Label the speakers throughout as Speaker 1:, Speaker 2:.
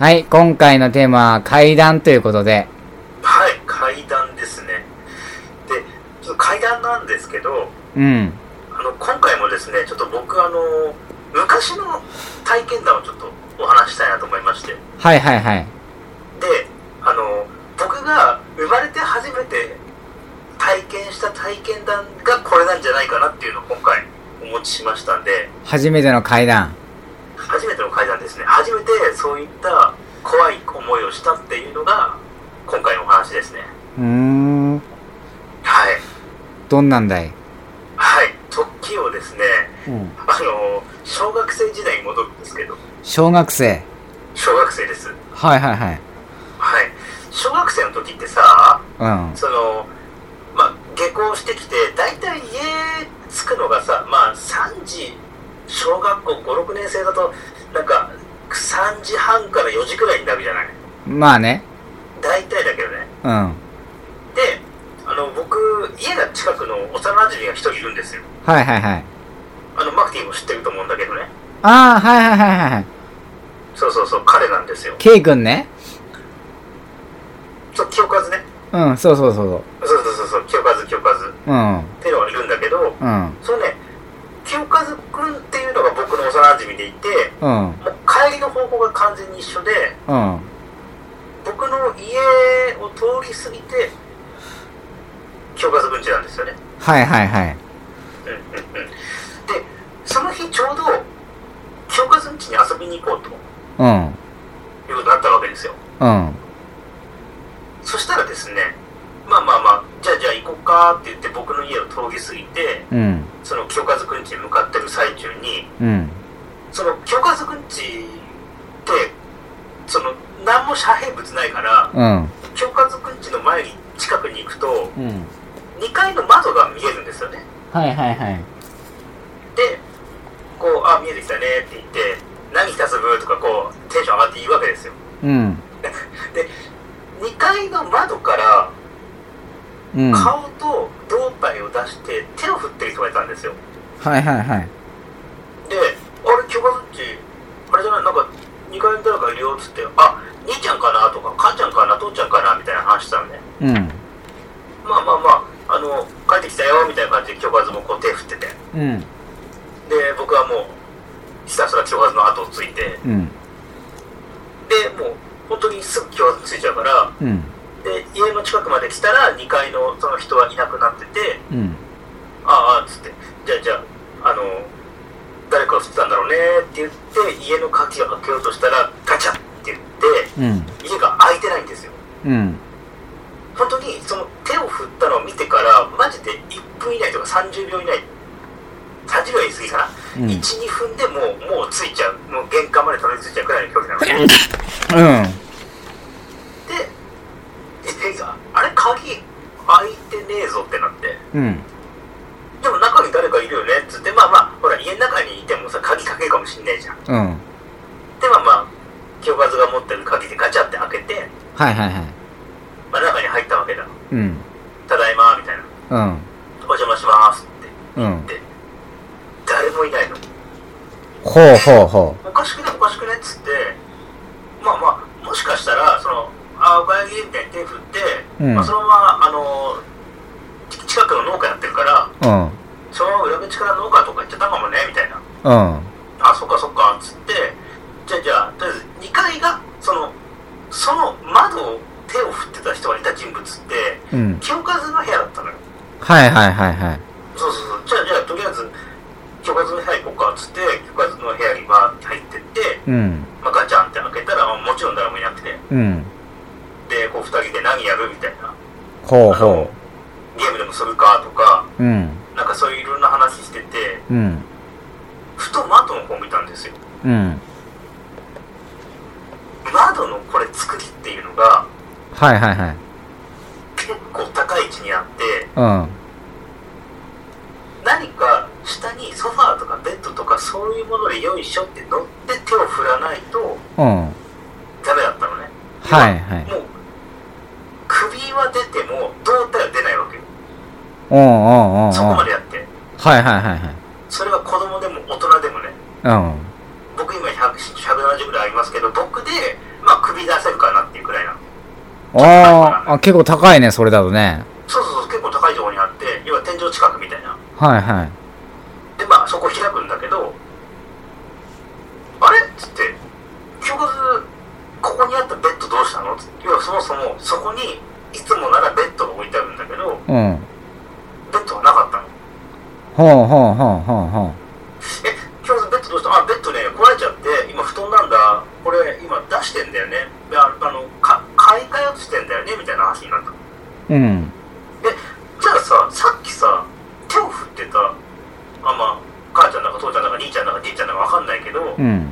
Speaker 1: はい、今回のテーマは階段ということで。
Speaker 2: はい、階段ですね。で、ちょっと階段なんですけど、
Speaker 1: うん。
Speaker 2: あの今回もですね、ちょっと僕、あの昔の体験談をちょっとお話したいなと思いまして、で、
Speaker 1: はいはいはい。
Speaker 2: あの僕が生まれて初めて体験した体験談がこれなんじゃないかなっていうのを今回お持ちしましたんで、
Speaker 1: 初めての階段。
Speaker 2: 初めての階段ですね、初めてそういった怖い思いをしたっていうのが、今回のお話ですね。
Speaker 1: うーん。
Speaker 2: はい、
Speaker 1: どんなんだい
Speaker 2: はい、時をですね、
Speaker 1: うん。
Speaker 2: あの小学生時代に戻るんですけど
Speaker 1: 小学生。
Speaker 2: 小学生です
Speaker 1: はいはいはい。
Speaker 2: はい小学生の時ってさ
Speaker 1: うん。
Speaker 2: そのまあ下校してきて大体家着くのがさまあ3時小学校56年生だとなんか3時半から4時くらいになるじゃない
Speaker 1: まあね。
Speaker 2: 大体だけどね
Speaker 1: うん。は
Speaker 2: であの僕家が近くの幼馴染が1人いるんですよ
Speaker 1: いはいはい。
Speaker 2: あのマクティも知ってると思うんだけどね
Speaker 1: ああ、はいはいはいはい。
Speaker 2: そうそうそう彼なんですよ
Speaker 1: K 君ね。
Speaker 2: そう清和ね
Speaker 1: うん、そうそうそう
Speaker 2: そうそうそうそう清和清和
Speaker 1: そう。うん。
Speaker 2: っていうのがいるんだけど、
Speaker 1: うん。
Speaker 2: そのね、清和くんっていうのが僕の幼馴染でいて、
Speaker 1: うん。
Speaker 2: もう帰りの方向が完全に一緒で、
Speaker 1: うん。
Speaker 2: 僕の家を通り過ぎて、清和くん家なんですよね。
Speaker 1: はいはいはい。
Speaker 2: うんうんうん。で、その日ちょうど、清和くん家に遊びに行こうと
Speaker 1: うん。
Speaker 2: いうことになったわけですよ。
Speaker 1: うん。
Speaker 2: そしたらですね、まあまあまあ、じゃあじゃあ行こうかって言って僕の家を通り過ぎて、
Speaker 1: うん。
Speaker 2: その清和くん家に向かってる最中に、
Speaker 1: うん。
Speaker 2: その教科くんちってその何も遮蔽物ないから
Speaker 1: うん。
Speaker 2: 教科くんちの前に近くに行くと
Speaker 1: うん。
Speaker 2: 2階の窓が見えるんですよね
Speaker 1: はいはいはい。
Speaker 2: でこう「あ見えてきたね」って言って「何して遊ぶ?」とかこうテンション上がって言うわけですよ
Speaker 1: うん。
Speaker 2: 2階の窓から
Speaker 1: うん。は
Speaker 2: 顔と胴体を出して手を振ってる人がいたんですよ
Speaker 1: いはいはい。
Speaker 2: で「あれ教科くんちあれじゃないなんか2階に誰かいるよ」っつって「あ兄ちゃんかな?」とか「母ちゃんかな父ちゃんかな?」みたいな話したのね
Speaker 1: うん。
Speaker 2: まあまあまあ、あの、帰ってきたよみたいな感じで、清和もこう手振ってて、で、
Speaker 1: うん。
Speaker 2: 僕はもう、ひたすら清和の後をついて、で、
Speaker 1: うん。
Speaker 2: もう、本当にすぐ清和ついちゃうから、
Speaker 1: うん。
Speaker 2: で、家の近くまで来たら、2階のその人はいなくなってて、
Speaker 1: うん。
Speaker 2: ああ、つって、じゃあじゃあ、あの、誰かを振ってたんだろうねって言って、家の鍵を開けようとしたら、ガチャって言っ
Speaker 1: うん。
Speaker 2: て、家が開いてないんですよ。
Speaker 1: うん。
Speaker 2: 本当にその手を振ったのを見てからマジで1分以内とか30秒以内30秒は言い過ぎかな、
Speaker 1: うん。うん。
Speaker 2: 12分でもうもうついちゃうもう玄関までたどり着いちゃうくらいの距離なのででであれ鍵開いてねえぞってなって
Speaker 1: うん。
Speaker 2: でも中に誰かいるよねっつってまあまあほら家の中にいてもさ鍵かけるかもしんないじゃん
Speaker 1: うん。
Speaker 2: でまあまあ清和が持ってる鍵でガチャって開けて、
Speaker 1: はいはいはい。
Speaker 2: まあ、中に入ったわけだ
Speaker 1: うん。
Speaker 2: ただいまみたいな
Speaker 1: うん。
Speaker 2: お邪魔しますって
Speaker 1: うん。
Speaker 2: 誰もいないの
Speaker 1: ほうほうほ
Speaker 2: おかしくねおかしくねっつってまあまあもしかしたらそのあおかえりみたいに手振って、
Speaker 1: うん
Speaker 2: まあ、そのままあのち近くの農家やってるから
Speaker 1: う。うん。
Speaker 2: その裏口から農家とか行っちゃったかもねみたいな
Speaker 1: うん。
Speaker 2: あそっかそっかっつってじゃあじゃあとりあえず2階がそのその窓を手を振ってた人がいた人物っ
Speaker 1: う
Speaker 2: て
Speaker 1: ん。
Speaker 2: 清和の部屋だったのよ
Speaker 1: はいはいはいはい。
Speaker 2: そうそうそうじゃあじゃあとりあえず清和の部屋行こうかっつって清和の部屋にまあ入ってって、
Speaker 1: うん。
Speaker 2: まあ、ガチャンって開けたら、まあもちろん誰もいなくて
Speaker 1: うん。
Speaker 2: でこう2人で何やるみたいな
Speaker 1: ほう
Speaker 2: あの
Speaker 1: ほ
Speaker 2: ゲームでもするかとか
Speaker 1: う。うん。
Speaker 2: なんかそういういろんな話してて
Speaker 1: うん。
Speaker 2: ふと窓の方見たんですよ
Speaker 1: うん。
Speaker 2: 窓のこれ作りっていうのが
Speaker 1: はいはいはい。
Speaker 2: 結構高い位置にあって
Speaker 1: うん。
Speaker 2: 何か下にソファーとかベッドとかそういうものでよいしょって乗って手を振らないと
Speaker 1: うん。
Speaker 2: ダメだったのね
Speaker 1: はいはい。
Speaker 2: もう首は出ても胴体は出ないわけよ
Speaker 1: うんうんうんうん。
Speaker 2: そこま
Speaker 1: はい
Speaker 2: でやって
Speaker 1: はいはいはい。
Speaker 2: それは子供でも大人でもね
Speaker 1: うん。
Speaker 2: 僕今100 170ぐらいありますけど僕で、まあ、び出せるかなっていうくらいな
Speaker 1: あーあ、結構高いね、それだとね。
Speaker 2: そうそうそう結構高いところにあって要は天井近くみたいな
Speaker 1: はいはい。
Speaker 2: でまあそこ開くんだけどあれっつって今日ここにあったベッドどうしたのつって要はそもそもそこにいつもならベッドが置いてあるんだけど
Speaker 1: うん。
Speaker 2: ベッドがなかったの
Speaker 1: ほうほうほうほうほう。
Speaker 2: え今日ベッドどうしたあベッドね壊れちゃって今布団なんだこれ今出してんだよねでああのか買い替えようとしてんだよねみたいな話になった
Speaker 1: うん。
Speaker 2: じゃあささっきさ手を振ってたあまあ母ちゃんだか父ちゃんだか兄ちゃんだかじいちゃんだかわかんないけど、
Speaker 1: うん。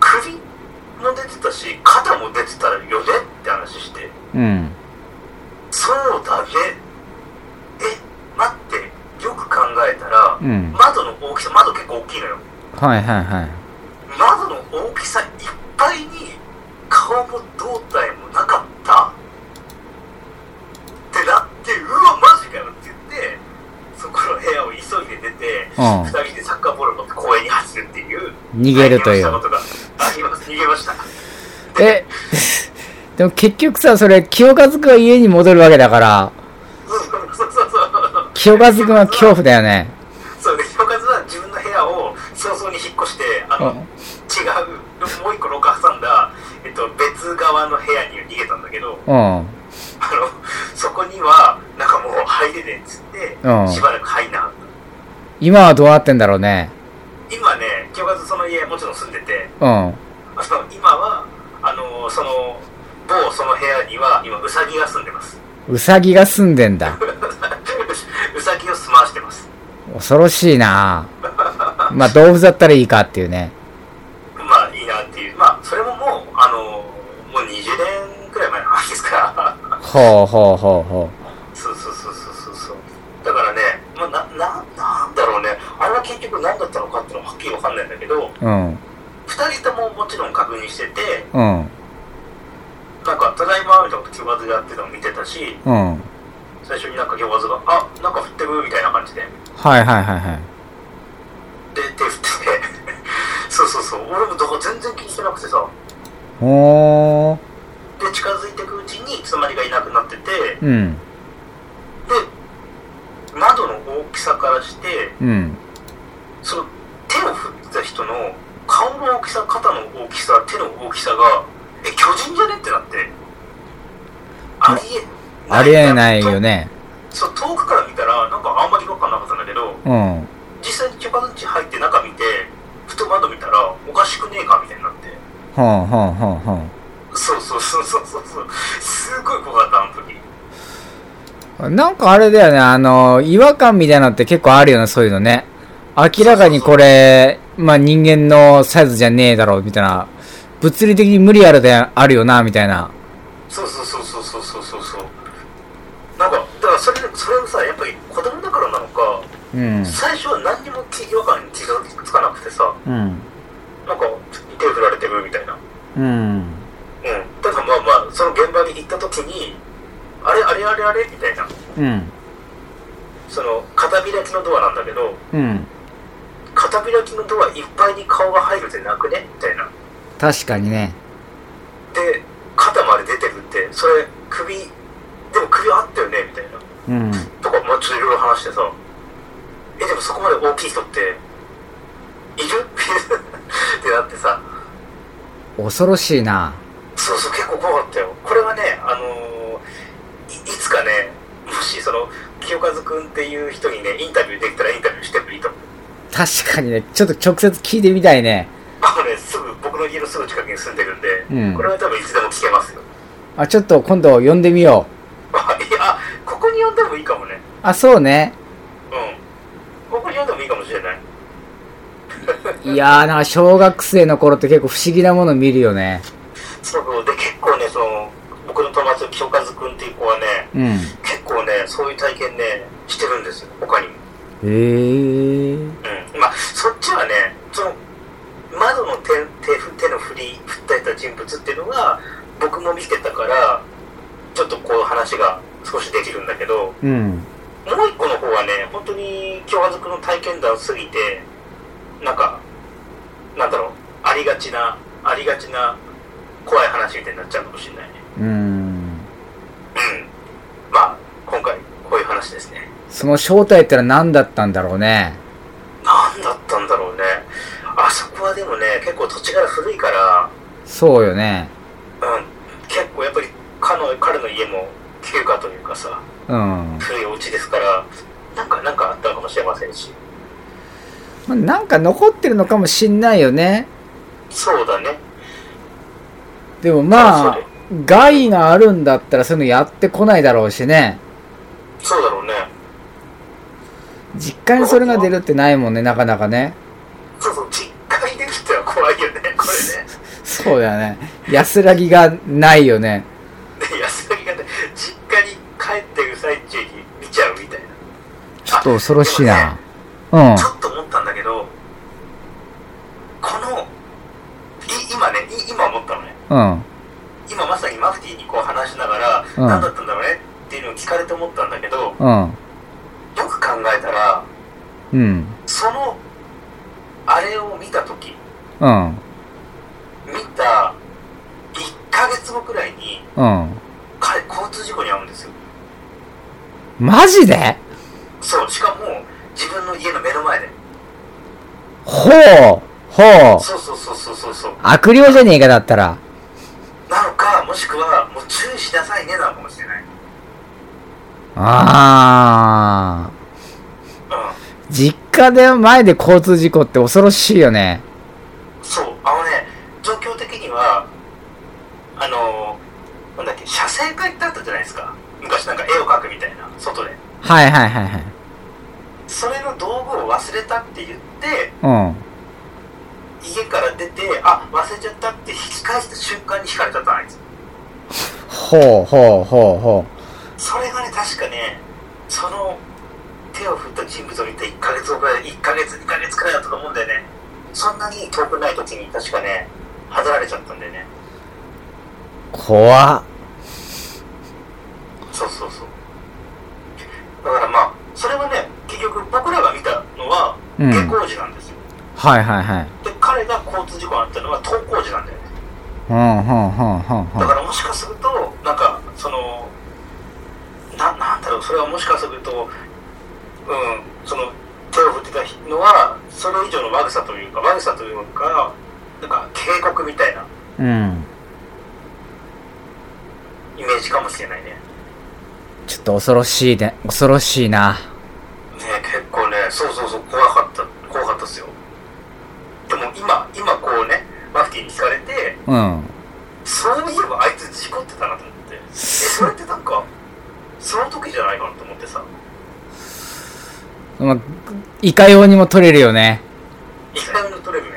Speaker 2: 首も出てたし肩も出てたよねって話して
Speaker 1: うん。
Speaker 2: そうだねえ待ってよく考えたら
Speaker 1: うん。
Speaker 2: 窓の大きさ窓結構大きいのよ
Speaker 1: はいはいはい。
Speaker 2: 窓の大きさいっぱいに顔も胴体もなかったってなってうわマジかよって言ってそこの部屋を急いで出て2
Speaker 1: う。
Speaker 2: 人でサッカーボールを持って公園に走るっていうん
Speaker 1: 逃げるとい
Speaker 2: あ
Speaker 1: う。
Speaker 2: ります逃げ ました
Speaker 1: え、でも結局さ、それ、清和くんは家に戻るわけだから、
Speaker 2: そうそうそうそう
Speaker 1: 清和くんは恐怖だよね。
Speaker 2: そうでひろかずは自分の部屋を早々に引っ越してあの、
Speaker 1: うん
Speaker 2: 違うもう一個廊下挟んだ、えっと、別側の部屋に逃げたんだけど
Speaker 1: うん。
Speaker 2: あのそこにはなんかもう入れねえっつって、
Speaker 1: うん
Speaker 2: しばらく入んなかっ
Speaker 1: 今はどうなってんだろうね。
Speaker 2: た今ね清和その家もちろん住んでて
Speaker 1: うん。
Speaker 2: あその今はあのその某その部屋には今ウサギが住んでます
Speaker 1: うさぎが住んでんだ。
Speaker 2: ウサギを住まわしてます
Speaker 1: 恐ろしいなまあ、動物だったらいいかっていうね。
Speaker 2: まあいいなっていうまあそれももうあのもう20年くらい前の話ですから
Speaker 1: ほうほうほうほ
Speaker 2: そうそうそうそうそうそうだからね、まあ、なななんだろうねあれは結局何だったのかっていうのははっきり分かんないんだけど
Speaker 1: う。うん。
Speaker 2: 2人とももちろん確認してて
Speaker 1: うん。
Speaker 2: なんか「ただいま」みたいなこと今日でやってたの見てたし
Speaker 1: うん。はい
Speaker 2: 最初になんか今日が「あなんか振ってる」みたいな感じで
Speaker 1: はいはいはい。
Speaker 2: で手振ってて そうそうそう俺もどこ全然気にしてなくてさ
Speaker 1: ほー。
Speaker 2: で近づいていくうちにつまりがいなくなってて
Speaker 1: うん。
Speaker 2: で窓の大きさからして
Speaker 1: うん。
Speaker 2: その手を振った人の顔の大きさ肩の大きさ手の大きさがえ巨人じゃねってなってありえ
Speaker 1: ありえないよ
Speaker 2: ね
Speaker 1: ね。
Speaker 2: そう遠くから見たらなんかあんまり違和感なかったんだけど
Speaker 1: うん。
Speaker 2: 実際に許可口入って中見てふと窓見たらおかしくねえかみたいになって
Speaker 1: ほうほうほうほう。
Speaker 2: そうそうそうそうそうそうすごい怖かったあの時
Speaker 1: なんかあれだよね、あの、違和感みたいなのって結構あるよね、そういうのね。明らかにこれ、まあ人間のサイズじゃねえだろう、みたいな。物理的に無理あるであるよな、みたいな。
Speaker 2: そうそうそうそうそうそうそうそうなんかだからそれそれをさやっぱり子供だからなのか
Speaker 1: うん。
Speaker 2: 最初は何にも違和感に気がつかなくてさ
Speaker 1: うん。
Speaker 2: なんか手振られてるみたいなうん
Speaker 1: うん。
Speaker 2: ただまあまあその現場に行った時にあれあれあれあれみたいな
Speaker 1: うん。
Speaker 2: その片開きのドアなんだけど
Speaker 1: うん。
Speaker 2: 片開きのドアいっぱいに顔が入るでなくねみたいな
Speaker 1: 確かにね。
Speaker 2: で肩まで出てるってそれ首でも首あったよねみたいな
Speaker 1: うん。
Speaker 2: とかもうちょっといろいろ話してさえでもそこまで大きい人っている ってなってさ
Speaker 1: 恐ろしいな。
Speaker 2: そうそう結構怖かったよこれはねあのーいいつかねもしその清和くんっていう人にねインタビューできたらインタビューしてもいいと思う
Speaker 1: 確かにね、ちょっと直接聞いてみたいね。
Speaker 2: あのねすぐ僕の家のすぐ近くに住んでるんで、
Speaker 1: うん
Speaker 2: これは多分いつでも聞けますよ
Speaker 1: あ、ちょっと今度呼んでみよう。
Speaker 2: いやここに呼んでもいいかもね
Speaker 1: あ、そうね。
Speaker 2: うんここに呼んでもいいかもしれない
Speaker 1: いやー、なんか小学生の頃って結構不思議なもの見るよね。
Speaker 2: そうで結構ねその僕の友達の清和くんっていう子はね
Speaker 1: うん。
Speaker 2: 結構ねそういう体験ねしてるんですよ他にも
Speaker 1: へえ。
Speaker 2: うん、まあそっちはねその窓の手手手の振り振ったやった人物っていうのが僕も見てたからちょっとこう話が少しできるんだけど
Speaker 1: うん。
Speaker 2: もう一個の方はね本当に京和族の体験談を過ぎてなんかなんだろうありがちなありがちな怖い話みたいになっちゃうかもしれないね。
Speaker 1: うん。
Speaker 2: うん。まあ、今回、こういう話ですね。
Speaker 1: その正体ってのは何だったんだろうね。
Speaker 2: なんだったんだろうね。あそこはでもね、結構土地柄古いから、
Speaker 1: そうよね。
Speaker 2: うん、結構やっぱり彼の彼の家も旧家というかさ、
Speaker 1: うん。ま
Speaker 2: 古いお家ですから、なんか、なんかあったのかもしれませんし。
Speaker 1: あなんか残ってるのかもしんないよね。
Speaker 2: そうだね。
Speaker 1: でもま
Speaker 2: そ
Speaker 1: あ
Speaker 2: う、
Speaker 1: 害があるんだったらそういうのやってこないだろうしね。
Speaker 2: そうだろうね。
Speaker 1: 実家にそれが出るってないもんね、なかなかね。
Speaker 2: そうそう、実家にできたら怖いよね、これね。
Speaker 1: そうだよね。安らぎがないよね。
Speaker 2: で、安らぎがね、実家に帰ってる最中に見ちゃうみたいな。
Speaker 1: ちょっと恐ろしいな。うん。
Speaker 2: ちょっと思ったんだけど、この、い今ね、い今思ったのね。
Speaker 1: うん。
Speaker 2: 今まさにマフティーにこう話しながら、
Speaker 1: うん
Speaker 2: 何だったんだろうねっていうのを聞かれて思ったんだけど、よ
Speaker 1: うん。
Speaker 2: く考えたら、
Speaker 1: うん。
Speaker 2: その、あれを見たとき、
Speaker 1: うん。
Speaker 2: 見た1ヶ月後くらいに、
Speaker 1: うん。
Speaker 2: 彼、交通事故に遭うんですよ。
Speaker 1: マジで
Speaker 2: そう、しかも、自分の家の目の前で。
Speaker 1: ほう。ほう。
Speaker 2: そうそうそうそうそうそう。
Speaker 1: 悪霊じゃねえかだったら。
Speaker 2: なのか、もしくは、もう注意しなさいねなのかもしれない。うん。
Speaker 1: あー。実家で前で交通事故って恐ろしいよね。
Speaker 2: そう、あのね、状況的には、あのー、なんだっけ、写生会ってあったじゃないですか。昔なんか絵を描くみたいな、外で。
Speaker 1: はいはいはいはい。
Speaker 2: それの道具を忘れたって言って、
Speaker 1: うん。
Speaker 2: 家から出て、あ、忘れちゃったって引き返した瞬間に引かれちゃったのあいつ。
Speaker 1: ほうほうほうほ
Speaker 2: それがね、確かね、その手を振った人物を見て1ヶ月後くらい、1ヶ月、2ヶ月くらいだったと思うんだよね。そんなに遠くない時に確かね、離られちゃったんだよね。
Speaker 1: う。怖っ。
Speaker 2: そうそうそう。だからまあ、それはね、結局僕らが見たのは
Speaker 1: うん。
Speaker 2: 下校時なんですよ。
Speaker 1: はいはいはい。
Speaker 2: で、彼が交通事故になったのは登校時なんだよね。
Speaker 1: うん、ほんほんほんほ
Speaker 2: だ
Speaker 1: ん
Speaker 2: からもしかすると、なんか、その、ななんだろう、それはもしかすると、うん、その、手を振ってたのは、それ以上の悪さというか、悪さというか、なんか警告みたいな。
Speaker 1: うん。
Speaker 2: イメージかもしれないね。ね
Speaker 1: ちょっと恐ろしいね。恐ろしいな。
Speaker 2: 結構ね、そうそうそう、怖かった、怖かったっすよ。でも今、今こうね、マフティーに聞かれて、
Speaker 1: うん。
Speaker 2: そういえばあいつ事故ってたなと思って、え、それってなんか、その時じゃないかなと思ってさ。
Speaker 1: まあ、いかようにも取れるよね。
Speaker 2: 一回も取れるね。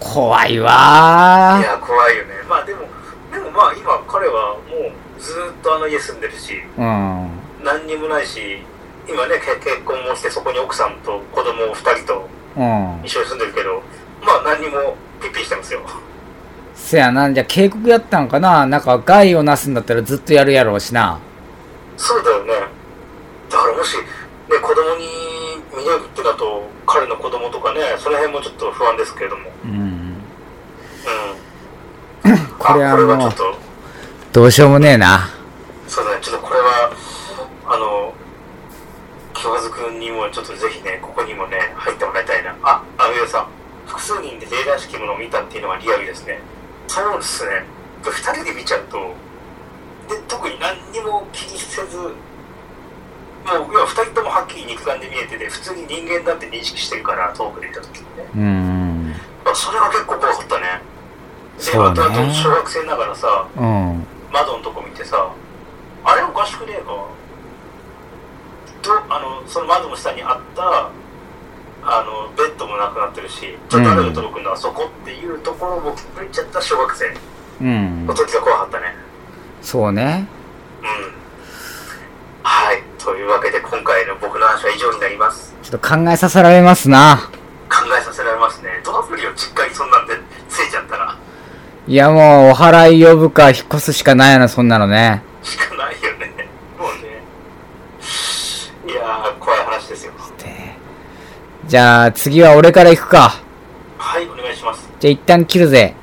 Speaker 1: 怖いわー。
Speaker 2: いや怖いよねまあでもでもまあ今彼はもうずーっとあの家住んでるし
Speaker 1: うん。
Speaker 2: 何にもないし今ねけ結婚もしてそこに奥さんと子供2人と
Speaker 1: うん。
Speaker 2: 一緒に住んでるけどまあ何にもピッピしてますよ
Speaker 1: せやな、じゃあ警告やったんかななんか害をなすんだったらずっとやるやろうしな。
Speaker 2: そうだよねだからもし、ね、子供に見破ってだと彼の子供とかねその辺もちょっと不安ですけれどもうん
Speaker 1: うん。
Speaker 2: あ
Speaker 1: これは
Speaker 2: これはち
Speaker 1: も
Speaker 2: ょ
Speaker 1: う
Speaker 2: っ、と
Speaker 1: どうしようもねえな。
Speaker 2: そうだね、ちょっとこれは、あの、清和君にもちょっとぜひね、ここにもね、入ってもらいたいな。あ、阿部さん、複数人で霊らしきものを見たっていうのはリアルですね。そうですね。二人で見ちゃうと、で、特に何にも気にせず、もう、要は二人ともはっきり肉眼で見えてて、普通に人間だって認識してるから、遠くでいた時にね。
Speaker 1: うん。
Speaker 2: あそれが結構怖かったね。で、
Speaker 1: そう
Speaker 2: あ
Speaker 1: ね
Speaker 2: とあと小学生ながらさ、
Speaker 1: うん。
Speaker 2: 窓のとこ見てさあれおかしくねえかとあのその窓の下にあったあのベッドもなくなってるしちょっと誰が届くんだ、あそこっていうところもくっちゃった小学生
Speaker 1: うん
Speaker 2: の。時が怖かったね
Speaker 1: そうね。
Speaker 2: うんはいというわけで今回の僕の話は以上になります
Speaker 1: ちょっと考えさせられますな。
Speaker 2: 考えさせられますねどのふりを実家にそんなんでついちゃったら
Speaker 1: いやもう、お払い呼ぶか引っ越すしかないよな、そんなのね。
Speaker 2: しかないよねもうねいやー怖い話ですよ
Speaker 1: でじゃあ、次は俺から行くか。
Speaker 2: はいお願いします
Speaker 1: じゃあ一旦切るぜ。